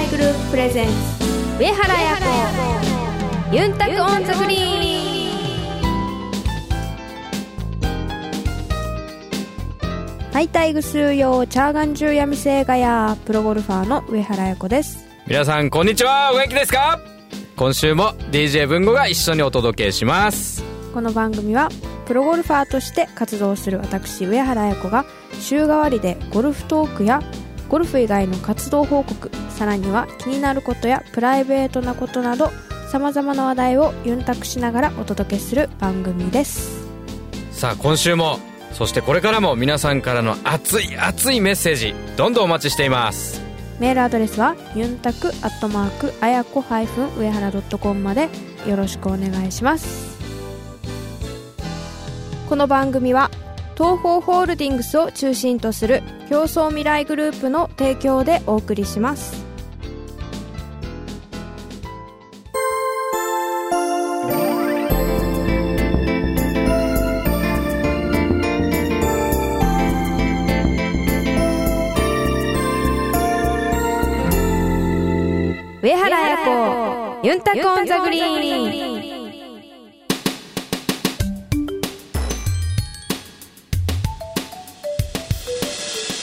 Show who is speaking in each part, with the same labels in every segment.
Speaker 1: レゼンツ上原彩子ユンタクオンザフリーはい、タイグス用チャーガン中闇性ガヤプロゴルファーの上原彩子です。
Speaker 2: 皆さんこんにちはお元気ですか今週も DJ 文吾が一緒にお届けします
Speaker 1: この番組はプロゴルファーとして活動する私上原彩子が週替わりでゴルフトークやゴルフ以外の活動報告さらには気になることやプライベートなことなどさまざまな話題をユンタクしながらお届けする番組です
Speaker 2: さあ今週もそしてこれからも皆さんからの熱い熱いメッセージどんどんお待ちしています
Speaker 1: メールアドレスはユンタクアットマークあやこ上原 .com までよろしくお願いしますこの番組は東方ホールディングスを中心とする競争未来グループの提供でお送りします上原彩子ユンタコンザグリーン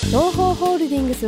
Speaker 3: 東方ホールディングス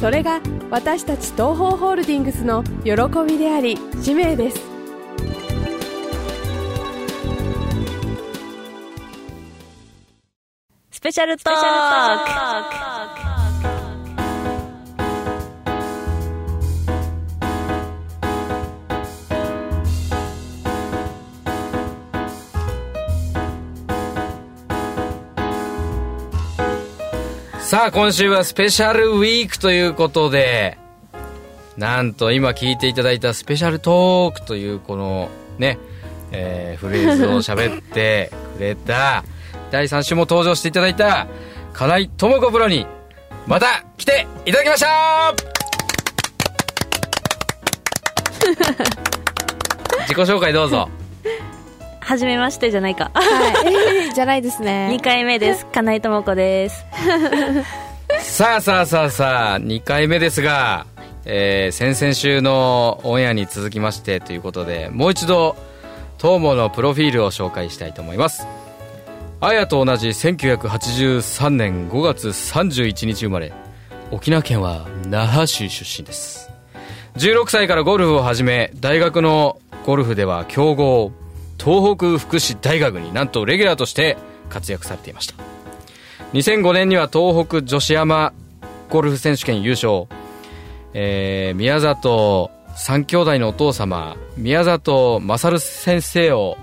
Speaker 3: それが私たち東方ホールディングスの喜びであり使命です
Speaker 4: スペシャルトーク
Speaker 2: さあ今週はスペシャルウィークということでなんと今聞いていただいたスペシャルトークというこのね、えーフレーズを喋ってくれた第3週も登場していただいた金井智子プロにまた来ていただきました 自己紹介どうぞ
Speaker 4: はじめましてじゃないか
Speaker 1: はい、じ ゃないです
Speaker 4: 2
Speaker 1: ね。
Speaker 4: 回目です金井智子です
Speaker 2: さあさあさあさあ2回目ですが、えー先々週のオンエアに続きましてということでもう一度トーモのプロフィールを紹介したいと思いますあやと同じ1983年5月31日生まれ沖縄県は那覇市出身です16歳からゴルフを始め大学のゴルフでは強豪東北福祉大学になんとレギュラーとして活躍されていました2005年には東北女子山ゴルフ選手権優勝、えー宮里三兄弟のお父様宮里勝先生を、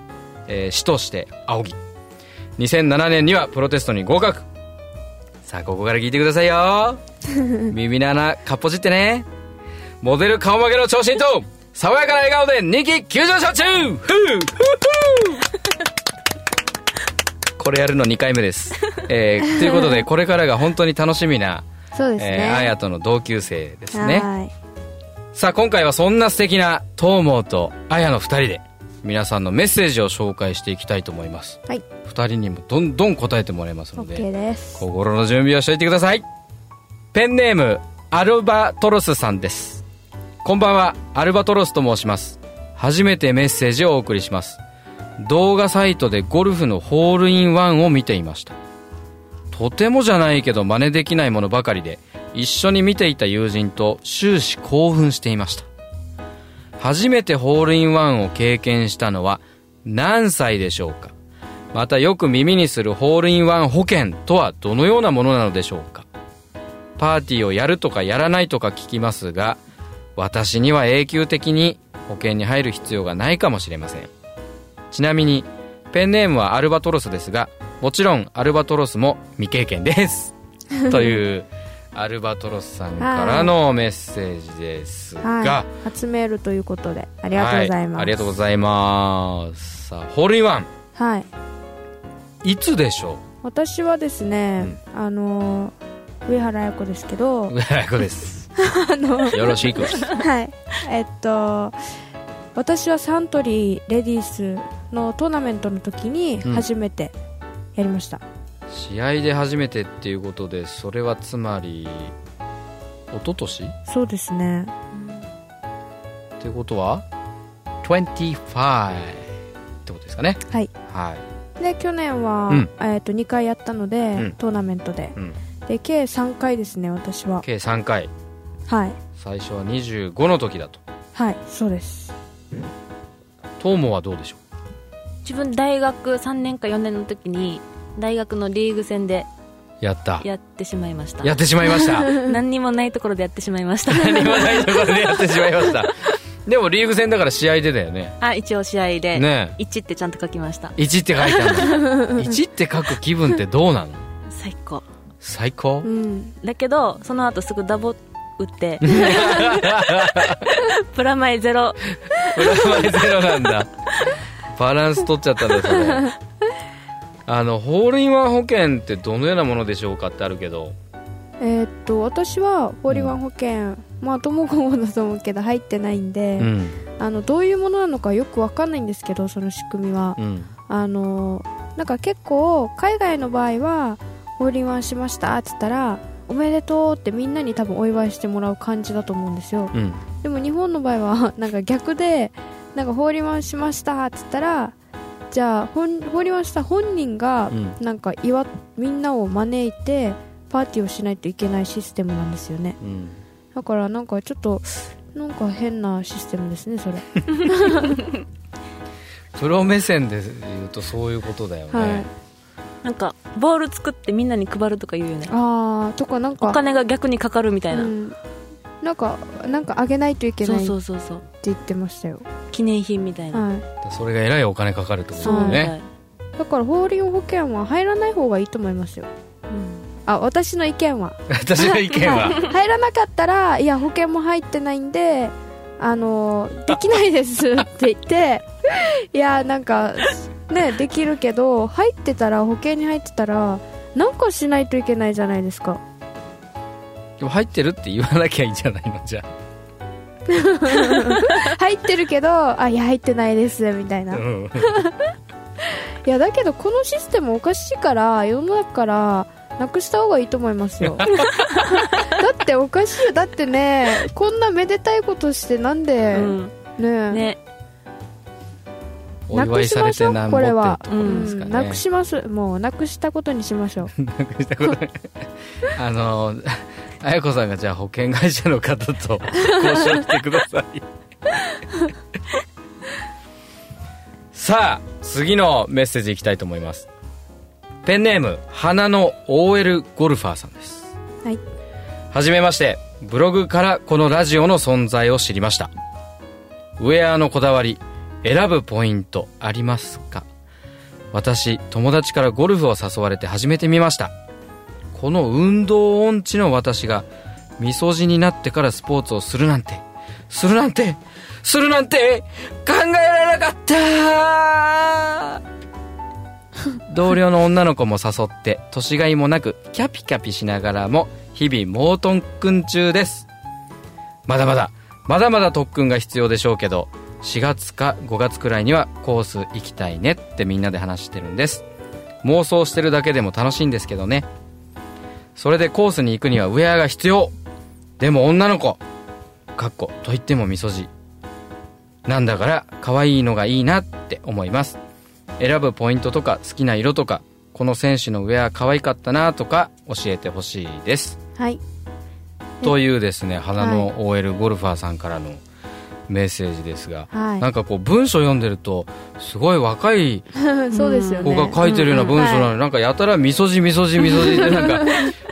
Speaker 2: えー師として仰ぎ2007年にはプロテストに合格さあここから聞いてくださいよ耳の穴かっぽじってねモデル顔負けの長身と爽やかな笑顔で人気急上昇中ふうふうふうこれやるの2回目です、えーということでこれからが本当に楽しみな、
Speaker 1: そうです
Speaker 2: えー、あ
Speaker 1: ね。
Speaker 2: やとの同級生ですね
Speaker 1: はい。
Speaker 2: さあ今回はそんな素敵な東毛とあやの2人で皆さんのメッセージを紹介していきたいと思います
Speaker 1: はい、
Speaker 2: 2人にもどんどん答えてもらいますので
Speaker 1: OK です。
Speaker 2: 心の準備をしておいてくださいペンネームアルバトロスさんですこんばんはアルバトロスと申します初めてメッセージをお送りします動画サイトでゴルフのホールインワンを見ていましたとてもじゃないけど真似できないものばかりで一緒に見ていた友人と終始興奮していました初めてホールインワンを経験したのは何歳でしょうかまたよく耳にするホールインワン保険とはどのようなものなのでしょうかパーティーをやるとかやらないとか聞きますが私には永久的に保険に入る必要がないかもしれませんちなみにペンネームは アルバトロスですがもちろんアルバトロスも未経験ですというアルバトロスさんからのメッセージですが、
Speaker 1: はい、初メールということでありがとうございます、
Speaker 2: はいありがとうございますさあホールインワン
Speaker 1: はい
Speaker 2: いつでしょ
Speaker 1: 私はですね、あのー上原彩子ですけど
Speaker 2: う上子です
Speaker 1: あの
Speaker 2: よろし く
Speaker 1: はいえっと私はサントリーレディースのトーナメントの時に
Speaker 2: うん
Speaker 1: 初めてやりました、
Speaker 2: 試合で初めてっていうことでそれはつまり一昨年っ
Speaker 1: そうですね
Speaker 2: てことは25ってことですかね
Speaker 1: はい
Speaker 2: はい
Speaker 1: で去年は、
Speaker 2: うん
Speaker 1: えっと2回やったので、
Speaker 2: うん
Speaker 1: トーナメントで、
Speaker 2: うん
Speaker 1: で計3回ですね私は
Speaker 2: 計3回
Speaker 1: はい
Speaker 2: 最初は25の時だと
Speaker 1: はいそうです
Speaker 2: トーモはどうでしょ
Speaker 4: 自分大学3年か4年の時に大学のリーグ戦で
Speaker 2: うやった
Speaker 4: やってしまいました
Speaker 2: やってしまいまし た
Speaker 4: 何にもないところでやってしまいました
Speaker 2: 何もないところでやってしまいましたでもリーグ戦だから試合でだよね
Speaker 4: あ一応試合で
Speaker 2: ね
Speaker 4: 1ってちゃんと書きました
Speaker 2: え1って書いてあるの1って書く気分ってどうなの
Speaker 4: 最高
Speaker 2: 最高
Speaker 1: うん
Speaker 4: だけどその後すぐダボ打って プラマイゼロ
Speaker 2: プラマイゼロなんだバランス取っちゃったんですねあのホールインワン保険ってどのようなものでしょうかってあるけど
Speaker 1: えーっと私はホーリワン保険、まあ友子もだと思うけど入ってないんで、
Speaker 2: うん
Speaker 1: あのどういうものなのかよくわかんないんですけどその仕組みは、
Speaker 2: うん
Speaker 1: あのなんか結構海外の場合はホールインワンしましたって言ったらおめでとうってみんなに多分お祝いしてもらう感じだと思うんですよ
Speaker 2: うん
Speaker 1: でも日本の場合はなんか逆でなんかホールインワンしましたって言ったらじゃあ本ホールインワンした本人が
Speaker 2: うん
Speaker 1: なんか祝っみんなを招いてパーティーをしないといけないシステムなんですよね
Speaker 2: うん
Speaker 1: だからなんかちょっとなんか変なシステムですねそれ
Speaker 2: プロ目線で言うとそういうことだよね、
Speaker 1: はい
Speaker 4: なんかボール作ってみんなに配るとか言うよね
Speaker 1: ああとかなんか
Speaker 4: お金が逆にかかるみたいな、
Speaker 1: うん、なんかなんかあげないといけ
Speaker 4: そ
Speaker 1: な
Speaker 4: う
Speaker 1: いって
Speaker 4: そうそうそう
Speaker 1: 言ってましたよ
Speaker 4: 記念品みたいな、
Speaker 1: は
Speaker 2: それがえらいお金かかるってことだ
Speaker 4: そう
Speaker 2: よ
Speaker 4: みたい、
Speaker 2: ね
Speaker 1: いだから法輪保険は入らない方がいいと思いますよあ私の意見 は
Speaker 2: 私の意見は
Speaker 1: 入らなかったらいや保険も入ってないんであのできない ですって言っていやなんかねできるけど入ってたら保険に入ってたらなんかしないといけないじゃないです か
Speaker 2: でも入ってるって言わなきゃいいんじゃないのじゃあ
Speaker 1: 入ってるけどあいや入ってないですみたいな
Speaker 2: うん
Speaker 1: いやだけどこのシステムおかしいから世の中からなくした方がいいと思います よだっておかしいよだってねこんなめでたいことしてなんで、
Speaker 4: うん
Speaker 1: ね
Speaker 4: ね
Speaker 2: お祝いされてなんぼってとこ
Speaker 1: う
Speaker 2: ろ
Speaker 1: ん
Speaker 2: ですかね、
Speaker 1: なくしますもうなくしたことにしましょう
Speaker 2: なくしたことないあの綾子さんがじゃあ保険会社の方と交渉してくださいさあ次のメッセージいきたいと思いますペンネーム花の OL ゴルファーさんです
Speaker 1: はい
Speaker 2: はじめましてブログからこのラジオの存在を知りましたウェアのこだわり選ぶポイントありますか私友達からゴルフを誘われて始めてみましたこの運動音痴の私がみそじになってからスポーツをするなんてするなんてするなんて考えられなかった 同僚の女の子も誘って年がいもなくキャピキャピしながらも日々猛特訓中ですまだまだまだまだ特訓が必要でしょうけど4月か5月くらいにはコース行きたいねってみんなで話してるんです妄想してるだけでも楽しいんですけどねそれでコースに行くにはウェアが必要でも女の子かっこと言ってもみそじなんだから可愛いのがいいなって思います選ぶポイントとか好きな色とかこの選手のウェア可愛かったなとか教えてほしいです
Speaker 1: はい
Speaker 2: というですね花の OL ゴルファーさんからのメッセージですが、
Speaker 1: はい
Speaker 2: なんかこう文章読んでるとすごい若い
Speaker 1: そうですよ
Speaker 2: 子
Speaker 1: ね
Speaker 2: が書いてるような文章なのに、なんかやたらみそじみそじみそじってなん か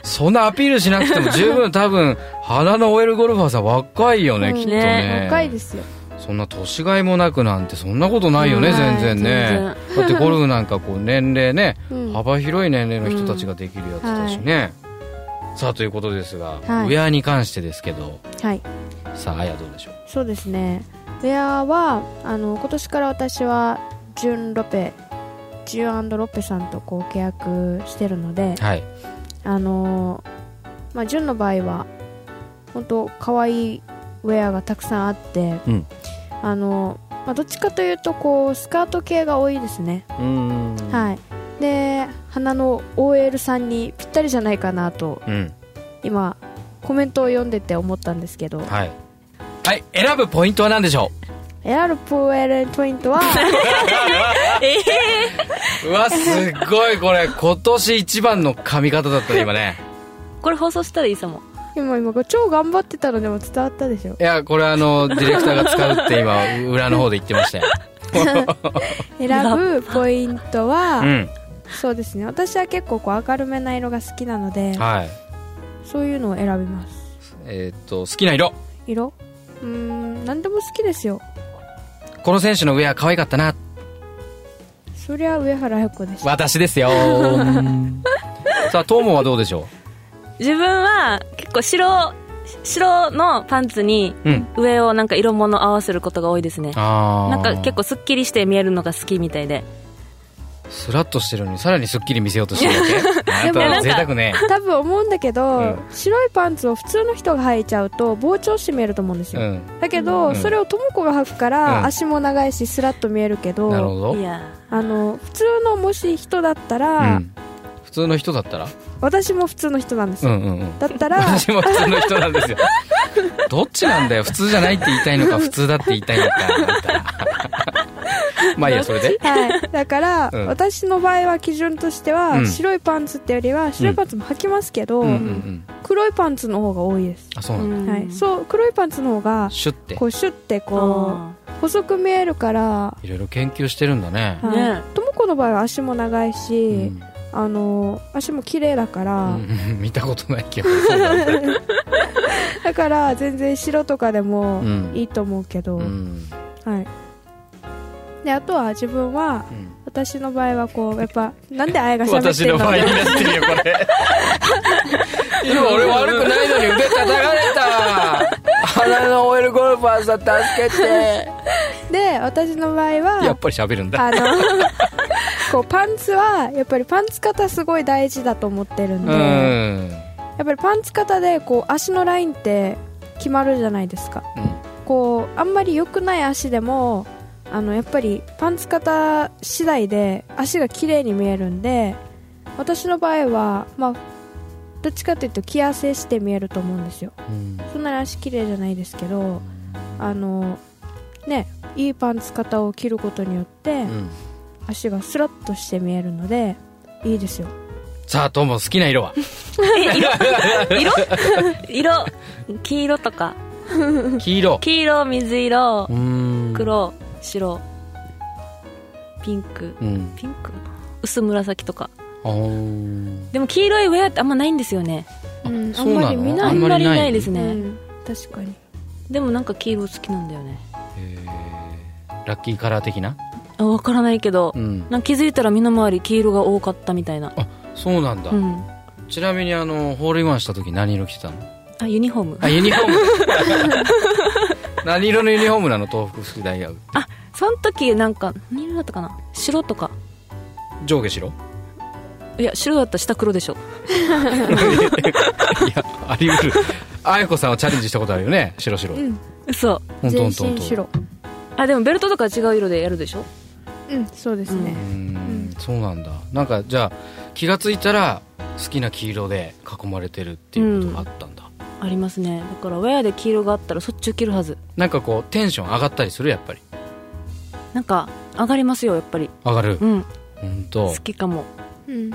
Speaker 2: そんなアピールしなくても十分多分花の OL ゴルファーさん若いよ
Speaker 1: う
Speaker 2: ね、
Speaker 1: ん
Speaker 2: きっとね
Speaker 1: うん若いですよ
Speaker 2: そんな年がいもなくなんてそんなことないよね、
Speaker 1: うん
Speaker 2: 全然ねだってゴルフなんかこう年齢ね、
Speaker 1: うん
Speaker 2: 幅広い年齢の人たちができるやつだしね、さあということですが、
Speaker 1: はい
Speaker 2: ウェアに関してですけど
Speaker 1: はい
Speaker 2: さああやどうでしょう
Speaker 1: そうですねウェアはあの今年から私はジュン・ロペジュンロペさんとこう契約してるので
Speaker 2: はい
Speaker 1: あのーまあ、ジュンの場合は本当可愛いウェアがたくさんあって、
Speaker 2: うん
Speaker 1: あのーまあ、どっちかというとこうスカート系が多いですね、
Speaker 2: うん
Speaker 1: はいで花の OL さんにぴったりじゃないかなと
Speaker 2: うん
Speaker 1: 今コメントを読んでて思ったんですけど
Speaker 2: はい、はい、選ぶポイントは何でしょ
Speaker 1: エラルポエルポイント は
Speaker 2: ううわすっごいこれ今年一番の髪型だったね 今ね
Speaker 4: これ放送したらいいさも
Speaker 1: 今今これ超頑張ってたのでも伝わったでしょ
Speaker 2: いやこれあのディレクターが使うって今裏の方で言ってましたよ
Speaker 1: 選ぶポイントは、
Speaker 2: うん
Speaker 1: そうですね私は結構こう明るめな色が好きなので
Speaker 2: はい
Speaker 1: そういうのを選びます
Speaker 2: えーっと好きな色
Speaker 1: 色うーん何でも好きですよ
Speaker 2: この選手のウェア可愛かったな
Speaker 1: そりゃ上原綾子です
Speaker 2: 私ですよさあトーモはどうでしょ
Speaker 4: 自分は結構白白のパンツに
Speaker 2: ううん
Speaker 4: 上をなんか色物合わせることが多いですね
Speaker 2: ああ
Speaker 4: なんか結構すっきりして見えるのが好きみたいで
Speaker 2: スラッとしてるのにさらにスッキリ見せようとしてるわ けあなた
Speaker 4: でもな
Speaker 2: は
Speaker 4: んか
Speaker 2: 贅沢ね
Speaker 1: 多分思うんだけど、
Speaker 2: うん
Speaker 1: 白いパンツを普通の人が履いちゃうと膨張して見えると思うんです
Speaker 2: う
Speaker 1: よ、
Speaker 2: ん
Speaker 1: だけど、
Speaker 2: うん
Speaker 1: それをともこが履くから、
Speaker 2: うん
Speaker 1: 足も長いしスラッと見えるけど
Speaker 2: なるほ
Speaker 4: い
Speaker 2: ど、
Speaker 4: や
Speaker 1: あの普通のもし人だった
Speaker 2: う
Speaker 1: ら、
Speaker 2: ん、普通の人だったら
Speaker 1: 私も普通の人なんです
Speaker 2: う
Speaker 1: よ、
Speaker 2: んうんうん
Speaker 1: だった ら
Speaker 2: 私も普通の人なんですよ どっちなんだよ普通じゃないって言いたいのか普通だって言いたいのかなんか まあいいやそれで
Speaker 1: はい、だから、
Speaker 2: うん
Speaker 1: 私の場合は基準としては、
Speaker 2: うん
Speaker 1: 白いパンツってよりは白いパンツも履きますけど、
Speaker 2: うんうんうん
Speaker 1: 黒いパンツの方が多いです、
Speaker 2: あそう
Speaker 4: ー
Speaker 2: なんだ、
Speaker 4: うん
Speaker 1: はい、そう黒いパンツの方が
Speaker 2: シュって
Speaker 1: こうシュってこ
Speaker 4: あ
Speaker 1: う細く見えるから、
Speaker 2: いろいろ研究してるんだね、
Speaker 4: ん
Speaker 1: はい、ともこの場合は足も長いし、
Speaker 2: うん
Speaker 1: あの足も綺麗だか
Speaker 2: う
Speaker 1: ら、
Speaker 2: ん、見たことない けどそうだね
Speaker 1: だから全然白とかでも
Speaker 2: うん
Speaker 1: いいと思うけど、
Speaker 2: うん
Speaker 1: はいであとは自分は
Speaker 2: うん
Speaker 1: 私の場合はこうやっぱなんであやがしゃべっ
Speaker 2: 私
Speaker 1: てん
Speaker 2: の
Speaker 1: の
Speaker 2: 場合になってるよこれ今俺悪くないのに腕叩かれた鼻のオイルゴルファーさん助けて
Speaker 1: で私の場合
Speaker 2: やっ
Speaker 1: は
Speaker 2: ぱり喋るんだ
Speaker 1: あの こうパンツはやっぱりパンツ型すごい大事だと思ってるん
Speaker 2: う
Speaker 1: で、や
Speaker 2: ん、
Speaker 1: っぱりパンツ型でこう足のラインって決まるじゃないですかこうあんまり良くない足でもあのやっぱりパンツ型次第で足が綺麗に見えるんで私の場合は、まあ、どっちかというと着痩せして見えると思うんですよ
Speaker 2: うん
Speaker 1: そんなに足綺麗じゃないですけどあのねいいパンツ型を着ることによって
Speaker 2: うん
Speaker 1: 足がスラッとして見えるのでいいですよ
Speaker 2: さあトモ好きな色は
Speaker 4: ー色 色黄色とか
Speaker 2: 黄色
Speaker 4: 黄色水色
Speaker 2: うん
Speaker 4: 黒白ピンク
Speaker 2: うん
Speaker 4: ピンク薄紫とか
Speaker 2: あー
Speaker 4: でも黄色いウェアってあんまないんですよね
Speaker 1: うん
Speaker 2: そうなの
Speaker 1: あんまり見
Speaker 2: あ
Speaker 1: ない
Speaker 2: んまりない
Speaker 4: ないですね、
Speaker 1: うん確かに
Speaker 4: でもなんか黄色好きなんだよね
Speaker 2: えーラッキーカラー的な
Speaker 4: あ分からないけど、
Speaker 2: うん
Speaker 4: なんか気づいたら身の回り黄色が多かったみたいな
Speaker 2: あそうなんだ、
Speaker 4: うん
Speaker 2: ちなみにあのホールインワンした時何色着てたの
Speaker 4: あユニフォーム
Speaker 2: あユニフォ ーム何色のユニフォームなの東北福祉大学
Speaker 4: その時なんか何色だったかな白とか
Speaker 2: 上下白
Speaker 4: いや白だったら下黒でしょ
Speaker 2: いやあり 得るあやこさんはチャレンジしたことあるよね白白
Speaker 1: うん
Speaker 4: 嘘
Speaker 2: ほんと
Speaker 1: 全
Speaker 2: ほんとほん
Speaker 1: 身
Speaker 2: と
Speaker 1: 白
Speaker 4: あでもベルトとか違う色でやるでしょ
Speaker 1: うんそうですね、
Speaker 2: うーんそうなんだなんかじゃあ気がついたら好きな黄色で囲まれてるっていうことがあったんだ、
Speaker 4: ありますねだからウェアで黄色があったらそっちゅう着るはず
Speaker 2: なんかこうテンション上がったりするやっぱり
Speaker 4: なんか上がりますよやっぱり
Speaker 2: 上がる
Speaker 4: うん
Speaker 2: ほんと
Speaker 4: 好きかも
Speaker 1: うん、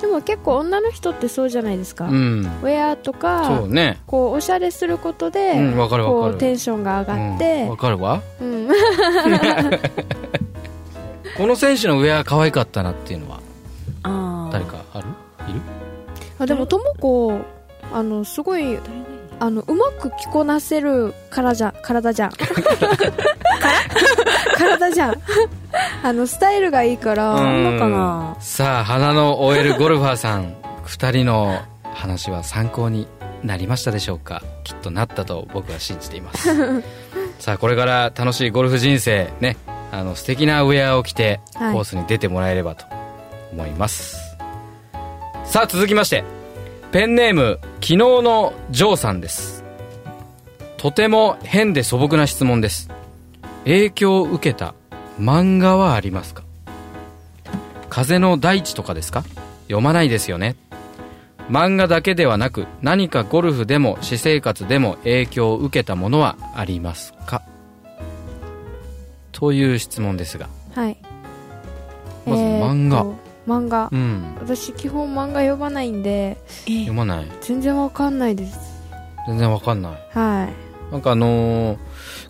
Speaker 1: でも結構女の人ってそうじゃないですか、
Speaker 2: うん
Speaker 1: ウェアと
Speaker 2: そ
Speaker 1: か
Speaker 2: うね
Speaker 1: こうおしゃれすることで、
Speaker 2: うんわかるわか
Speaker 1: こ
Speaker 2: る
Speaker 1: うテンションが上
Speaker 2: うん
Speaker 1: がっ
Speaker 2: わ
Speaker 1: て、
Speaker 2: かるわ
Speaker 1: うん
Speaker 2: この選手のウェア可愛かったなっていうのは
Speaker 4: ああ
Speaker 2: 誰かあるいる
Speaker 1: あでもともこあのすごいあのうまく着こなせるからじゃ体 じゃん 体じゃん あのスタイルがいいから、
Speaker 2: うん
Speaker 4: のかな
Speaker 2: さあ花の OL ゴルファーさん2人の話は参考になりましたでしょうかきっとなったと僕は信じていますさあこれから楽しいゴルフ人生ねあの素敵なウェアを着てコ
Speaker 1: はい
Speaker 2: ースに出てもらえればと思います、さあ続きましてペンネーム昨日のジョーさんですとても変で素朴な質問です影響を受けた漫画はありますか風の大地とかですか読まないですよね漫画だけではなく何かゴルフでも私生活でも影響を受けたものはありますかという質問ですが
Speaker 1: はい
Speaker 2: まず漫画
Speaker 1: えーっと漫画
Speaker 2: うん
Speaker 1: 私基本漫画読まないんで
Speaker 2: 読まない
Speaker 1: 全然わかんないです
Speaker 2: 全然わかんない
Speaker 1: は
Speaker 2: なんかあのー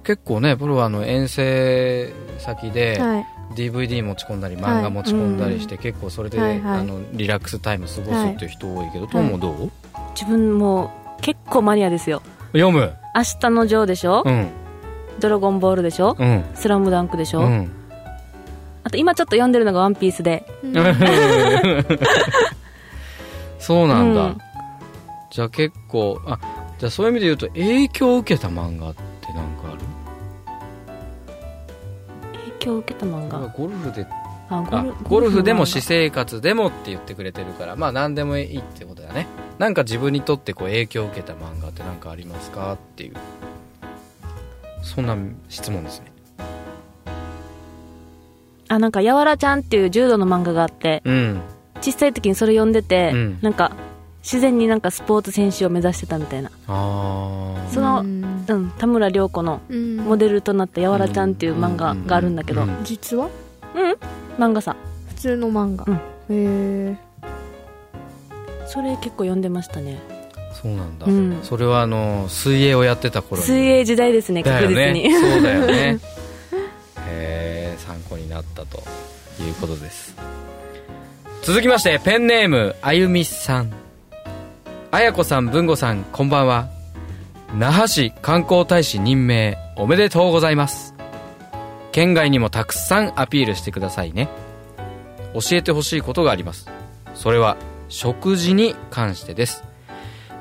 Speaker 2: 結構ねプロはあの遠征先
Speaker 1: い
Speaker 2: で
Speaker 1: はい
Speaker 2: DVD 持ち込んだり漫画持ち込んだりして、結構それで、
Speaker 1: はいはい
Speaker 2: あのリラックスタイム過ごすっていう人多いけど、トムもどう、
Speaker 4: 自分も結構マニアですよ
Speaker 2: 読む
Speaker 4: 「明日のジョー」でしょ
Speaker 2: うん
Speaker 4: 「ドラゴンボール」でしょ
Speaker 2: うん
Speaker 4: 「スラムダンク」でし
Speaker 2: う
Speaker 4: ょ、
Speaker 2: ん
Speaker 4: あと今ちょっと読んでるのが「ワンピースで
Speaker 1: うん
Speaker 2: そうなんだ、
Speaker 4: うん
Speaker 2: じゃあ結構あじゃあそういう意味で言うと影響を受けた漫画ってなんかある
Speaker 4: 影響を受けた漫画
Speaker 2: ゴルフで
Speaker 4: あ
Speaker 2: あゴルフでも私
Speaker 4: し
Speaker 2: 生活でもって言ってくれてるからまあ何でもいいってことだねなんか自分にとってこう影響を受けた漫画って何かありますかっていうそんな質問ですね
Speaker 4: あなんか「やわらちゃん」っていう柔道の漫画があって
Speaker 2: うん
Speaker 4: 小さい時にそれ読んでて、
Speaker 2: うん
Speaker 4: なんか自然になんかスポーツ選手を目指してたみたいな
Speaker 2: あ
Speaker 4: その
Speaker 1: うん
Speaker 4: うん田村涼子の
Speaker 1: うん
Speaker 4: モデルとなった「やわらちゃん」っていう漫画があるんだけど、
Speaker 2: う
Speaker 4: うんん
Speaker 2: うんうん
Speaker 1: 実は
Speaker 4: 漫画さ
Speaker 1: 普通の漫画、へえ
Speaker 4: それ結構読んでましたね
Speaker 2: あそうなんだ、
Speaker 4: うん
Speaker 2: それはあの水泳をやってた頃に
Speaker 4: 水泳時代ですね
Speaker 2: だ
Speaker 4: 確
Speaker 2: よ
Speaker 4: 実
Speaker 2: ね
Speaker 4: に、
Speaker 2: そうだよ ねへえ参考になったということです続きましてペンネームあゆみさんあやこさん文吾さんこんばんは那覇市観光大使任命おめでとうございます県外にもたくさんアピールしてくださいね教えてほしいことがありますそれは食事に関してです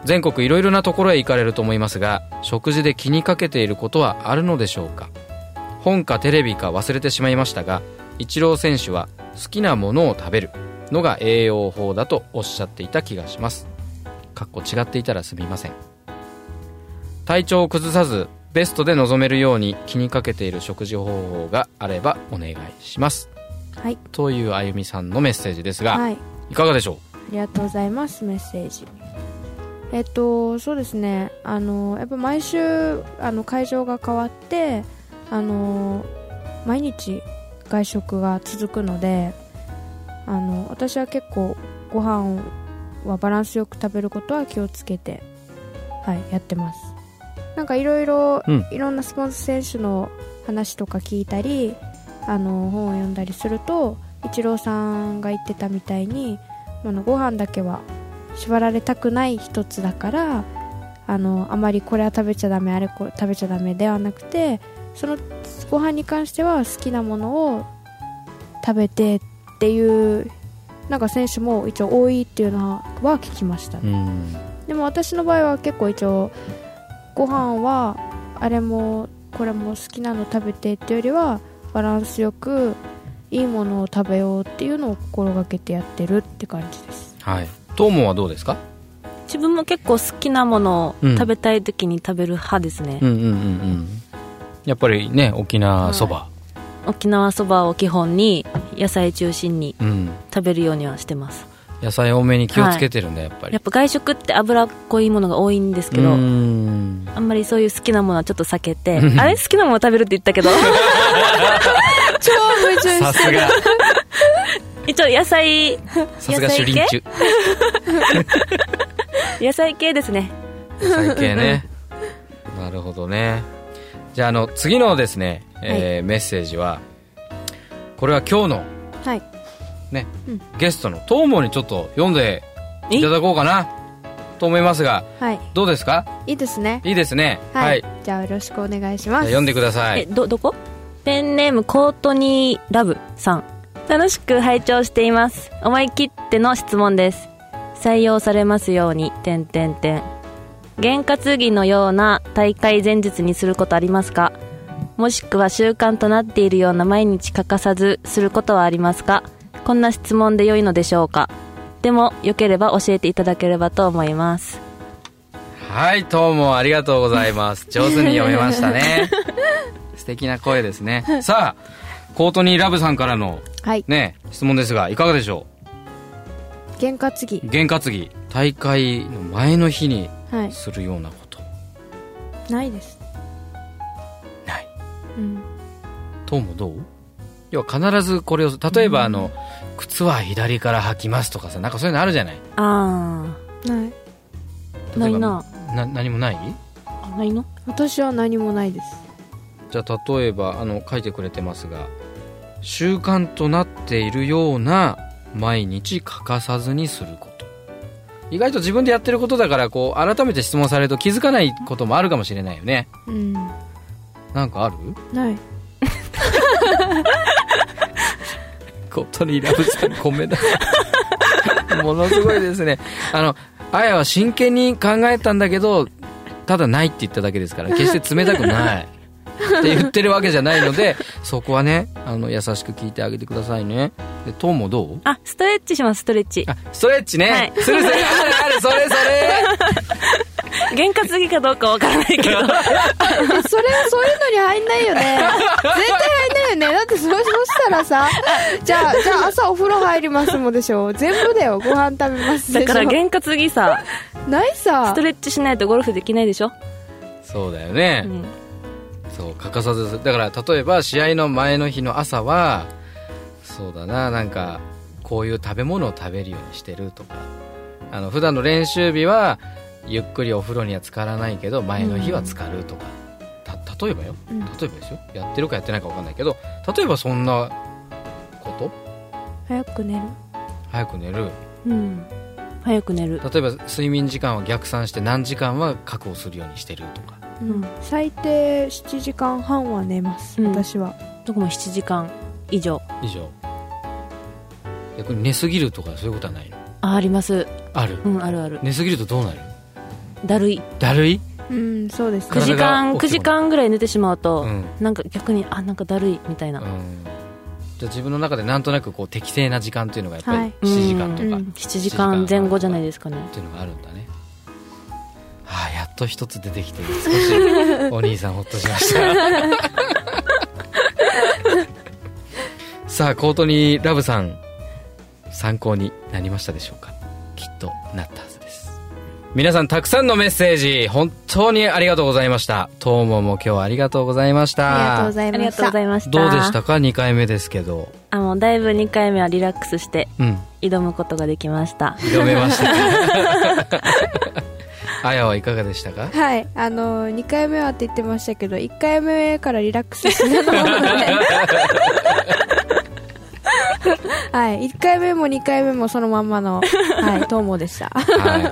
Speaker 2: 全国いろいろなところへ行かれると思いますが食事で気にかけていることはあるのでしょうか本かテレビか忘れてしまいましたがイチロー選手は好きなものを食べるのが栄養法だとおっしゃっていた気がしますかっこ違っていたらすみません体調を崩さずベストで臨めるように気にかけている食事方法があればお願いします
Speaker 1: はい
Speaker 2: というあゆみさんのメッセージですが、
Speaker 1: はい
Speaker 2: いかがでしょ
Speaker 1: ありがとうございますメッセージえっとそうですねあのやっぱ毎週あの会場が変わってあの毎日外食が続くのであの私は結構ご飯はバランスよく食べることは気をつけてはいやってますなんかいろいろ
Speaker 2: うん
Speaker 1: いろんなスポンサー選手の話とか聞いたりあの本を読んだりするとイチローさんが言ってたみたいにあのご飯だけは縛られたくない一つだからあのあまりこれは食べちゃダメあれこれ食べちゃダメではなくてそのご飯に関しては好きなものを食べてっていうなんか選手も一応多いっていうのは聞きましたね
Speaker 2: ううん
Speaker 1: でも私の場合は結構一応ご飯はあれもこれも好きなの食べてっていうよりはバランスよくいいものを食べようっていうのを心がけてやってるって感じです
Speaker 2: はいトーモンはどうですか
Speaker 4: 自分も結構好きなものを食べたい時に食べる派ですね、
Speaker 2: うんうんうんうんやっぱりね沖縄そば、
Speaker 4: 沖縄そばを基本に野菜中心に
Speaker 2: うん
Speaker 4: 食べるようにはしてます
Speaker 2: 野菜多めに気をつけてるんだやっぱり
Speaker 4: やっぱ外食って脂っこいものが多いんですけ
Speaker 2: う
Speaker 4: ど、
Speaker 2: ーん
Speaker 4: あんまりそういう好きなものはちょっと避けてあれ好きなもの食べるって言ったけど
Speaker 1: 超矛盾
Speaker 2: さすが
Speaker 4: 一応野菜
Speaker 2: さすが主臨中
Speaker 4: 野菜系ですね
Speaker 2: 野菜系ねなるほどねじゃああの次のですね、えーメッセージはこれは今日の
Speaker 1: はい
Speaker 2: ね、
Speaker 1: うん
Speaker 2: ゲストのトーモにちょっと読んでいただこうかなと思いますが
Speaker 1: はい
Speaker 2: どうですか
Speaker 1: いいですね
Speaker 2: いいですね
Speaker 1: はい、
Speaker 2: じゃ
Speaker 1: じゃあよろしくお願いし
Speaker 2: あ
Speaker 1: ます
Speaker 2: 読んでくださ
Speaker 4: え
Speaker 2: い
Speaker 4: どどこペンネームコートニーラブさん楽しく拝聴しています思い切っての質問です採用されますように点点点験担ぎのような大会前日にすることありますかもしくは習慣となっているような毎日欠かさずすることはありますかこんな質問で良いのでしょうかでも良ければ教えていただければと思います
Speaker 2: はいどうもありがとうございます上手に読めました ね素敵な声ですねさあコートニーラブさんからの
Speaker 1: はい
Speaker 2: ね質問ですがいかがでしょ
Speaker 1: 験担ぎ
Speaker 2: う験担ぎ大会の前の日に
Speaker 1: はい
Speaker 2: するようなこと
Speaker 1: ないです
Speaker 2: ない
Speaker 1: うん
Speaker 2: どうもどう要は必ずこれを例えばあの、靴は左から履きますとかさなんかそういうのあるじゃない
Speaker 4: あ
Speaker 1: ない
Speaker 4: あないな
Speaker 2: な何もない
Speaker 4: あないの
Speaker 1: 私は何もないです
Speaker 2: じゃあ例えばあの書いてくれてますが習慣となっているような毎日欠かさずにすること意外と自分でやってることだからこう改めて質問されると気づかないこともあるかもしれないよね
Speaker 1: うん
Speaker 2: なんかある
Speaker 1: ない
Speaker 2: 本当にラブさんごめんなさいものすごいですねあのあやは真剣に考えたんだけどただないって言っただけですから決して冷たくないって言ってるわけじゃないのでそこはねあの優しく聞いてあげてくださいねでトーンもどう
Speaker 4: あストレッチしますストレッチ
Speaker 2: あストレッチね、
Speaker 4: はい
Speaker 2: するするあるあるそ れそれ
Speaker 4: 験担ぎかどうかわからないけど
Speaker 1: えそれそういうのに入んないよね絶対入んないよねだってそそしたらさじゃあじゃあ朝お風呂入りますもでしょ全部だよご飯食べますで
Speaker 4: だ
Speaker 1: しょ
Speaker 4: から験担ぎさ
Speaker 1: ないさ
Speaker 4: ストレッチしないとゴルフできないでしょ、
Speaker 2: そうだよね、
Speaker 4: うん、
Speaker 2: そう欠かさずですだから例えば試合の前の日の朝はそうだななんかこういう食べ物を食べるようにしてるとかあの普段の練習日はゆっくりお風呂には浸からないけど前の日は浸かるとか、た例えばよ、
Speaker 1: うん
Speaker 2: 例えばですよやってるかやってないか分かんないけど例えばそんなこと
Speaker 4: 早く寝る
Speaker 2: 早く寝る
Speaker 4: うん早く寝る
Speaker 2: 例えば睡眠時間を逆算して何時間は確保するようにしてるとか
Speaker 1: うん最低7時間半は寝ます、
Speaker 4: うん
Speaker 1: 私は
Speaker 4: どこも7時間以上
Speaker 2: 以上逆に寝すぎるとかそういうことはないの
Speaker 4: ああります
Speaker 2: ある
Speaker 4: うんあるある
Speaker 2: 寝すぎるとどうなる
Speaker 4: だるい
Speaker 2: だるい
Speaker 1: うんそうです
Speaker 4: 9
Speaker 2: 体
Speaker 1: ね
Speaker 2: が
Speaker 4: 時間
Speaker 2: 起
Speaker 4: 9
Speaker 2: きて
Speaker 4: 時
Speaker 2: こない
Speaker 4: 間ぐらい寝てしまうと、
Speaker 2: うん
Speaker 4: なんか逆にあなんかだるいみたいな、
Speaker 2: うんじゃあ自分の中でなんとなくこう適正な時間というのがやっぱ
Speaker 1: は
Speaker 2: り
Speaker 1: い
Speaker 2: 7時間とか、
Speaker 1: うん
Speaker 4: 7時間前後じゃないですかね
Speaker 2: っていうのがあるんだねはあやっと一つ出てきて少しお兄さんほっとしました さあコートニーラブさん参考になりましたでしょうかきっとなったはずです皆さんたくさんのメッセージ本当にありがとうございましたどうもも今日はありがとうございました
Speaker 1: ありがとうござ
Speaker 4: あ
Speaker 1: いま
Speaker 4: りが
Speaker 1: し
Speaker 4: とうご
Speaker 1: た
Speaker 4: ざいました
Speaker 2: どうでしたか2回目ですけど
Speaker 4: あもうだいぶ2回目はリラックスして
Speaker 2: うん
Speaker 4: 挑むことができました
Speaker 2: 挑めました かあやはいかがでした か
Speaker 1: はいあの2回目はって言ってましたけど1回目からリラックスして たのではい1回目も2回目もそのまんまの はいトーモでした
Speaker 2: はい、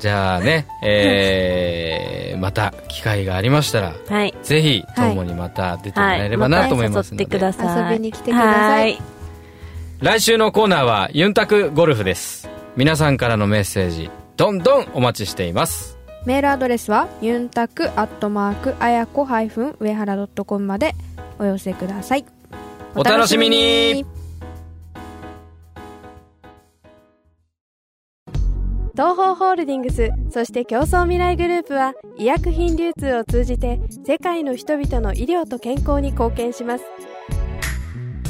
Speaker 2: じゃあね、えー、また機会がありましたら
Speaker 4: はい
Speaker 2: ぜひ
Speaker 1: はい
Speaker 2: ともにまた出ても
Speaker 4: は
Speaker 2: らえ
Speaker 4: い
Speaker 2: ればなと思います
Speaker 4: ま
Speaker 2: ので、
Speaker 4: た誘ってください
Speaker 1: 遊びに来てください
Speaker 4: は
Speaker 2: 来週のコーナーはユンタクゴルフです皆さんからのメッセージどんどんお待ちしています
Speaker 1: メールアドレスはユンタクアットマークあやこハイフン上原ドットコムまでお寄せください
Speaker 2: お楽しみに
Speaker 3: 東方ホールディングスそして競争未来グループは医薬品流通を通じて世界の人々の医療と健康に貢献します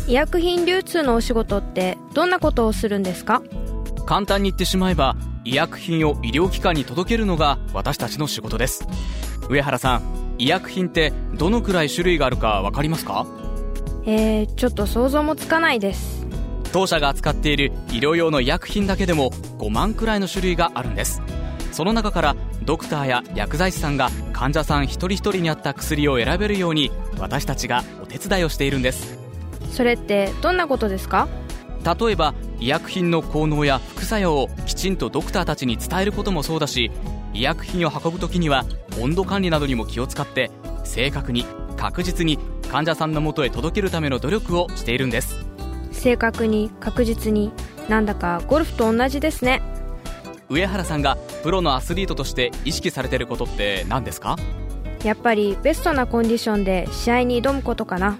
Speaker 1: 医薬品流通のお仕事ってどんなことをするんですか
Speaker 5: 簡単に言ってしまえば医薬品を医療機関に届けるのが私たちの仕事です上原さん医薬品ってどのくらい種類があるか分かりますか
Speaker 1: えー、ちょっと想像もつかないです
Speaker 5: 当社が扱っている医療用の医薬品だけでも5万くらいの種類があるんですその中からドクターや薬剤師さんが患者さん一人一人に合った薬を選べるように私たちがお手伝いをしているんです
Speaker 1: それってどんなことですか
Speaker 5: 例えば医薬品の効能や副作用をきちんとドクターたちに伝えることもそうだし医薬品を運ぶ時には温度管理などにも気を使って正確に確実に患者さんのもとへ届けるための努力をしているんです
Speaker 1: 正確に確実になんだかゴルフと同じですね
Speaker 5: 上原さんがプロのアスリートとして意識されてることって何ですか
Speaker 1: やっぱりベストなコンディションで試合に挑むことかな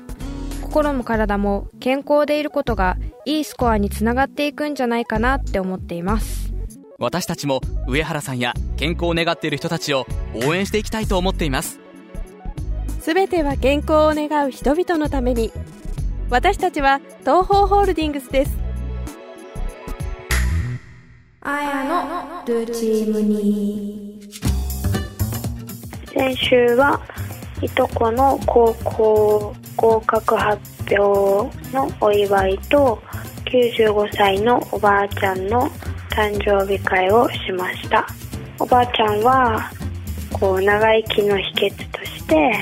Speaker 1: 心も体も健康でいることがいいスコアにつながっていくんじゃないかなって思っています
Speaker 5: 私たちも上原さんや健康を願っている人たちを応援していきたいと思っています
Speaker 3: すべては健康を願う人々のために私たちは東方ホールディングスです
Speaker 1: あやのルーチームに
Speaker 6: 先週はいとこの高校合格発表のお祝いと95歳のおばあちゃんの誕生日会をしましたおばあちゃんはこう長生きの秘訣として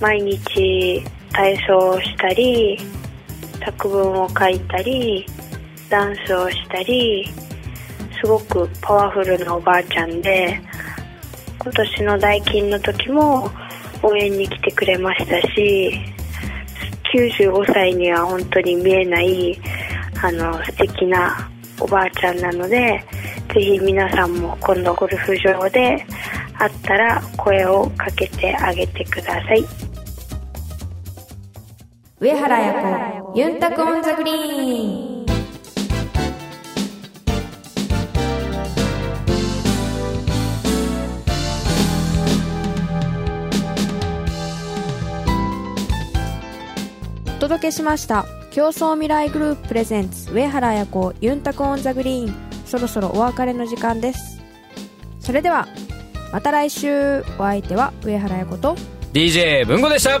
Speaker 6: 毎日体操をしたり作文を書いたりダンスをしたりすごくパワフルなおばあちゃんで今年の代金の時も応援に来てくれましたし95歳には本当に見えないあの素敵なおばあちゃんなのでぜひ皆さんも今度ゴルフ場で会ったら声をかけてあげてください
Speaker 1: 上原彩子ユンタクオンザグリーンお届けしました競争未来グループプレゼンツ上原彩子ユンタクオンザグリーンそろそろお別れの時間ですそれではまた来週お相手は上原彩子と
Speaker 2: DJ 文吾でした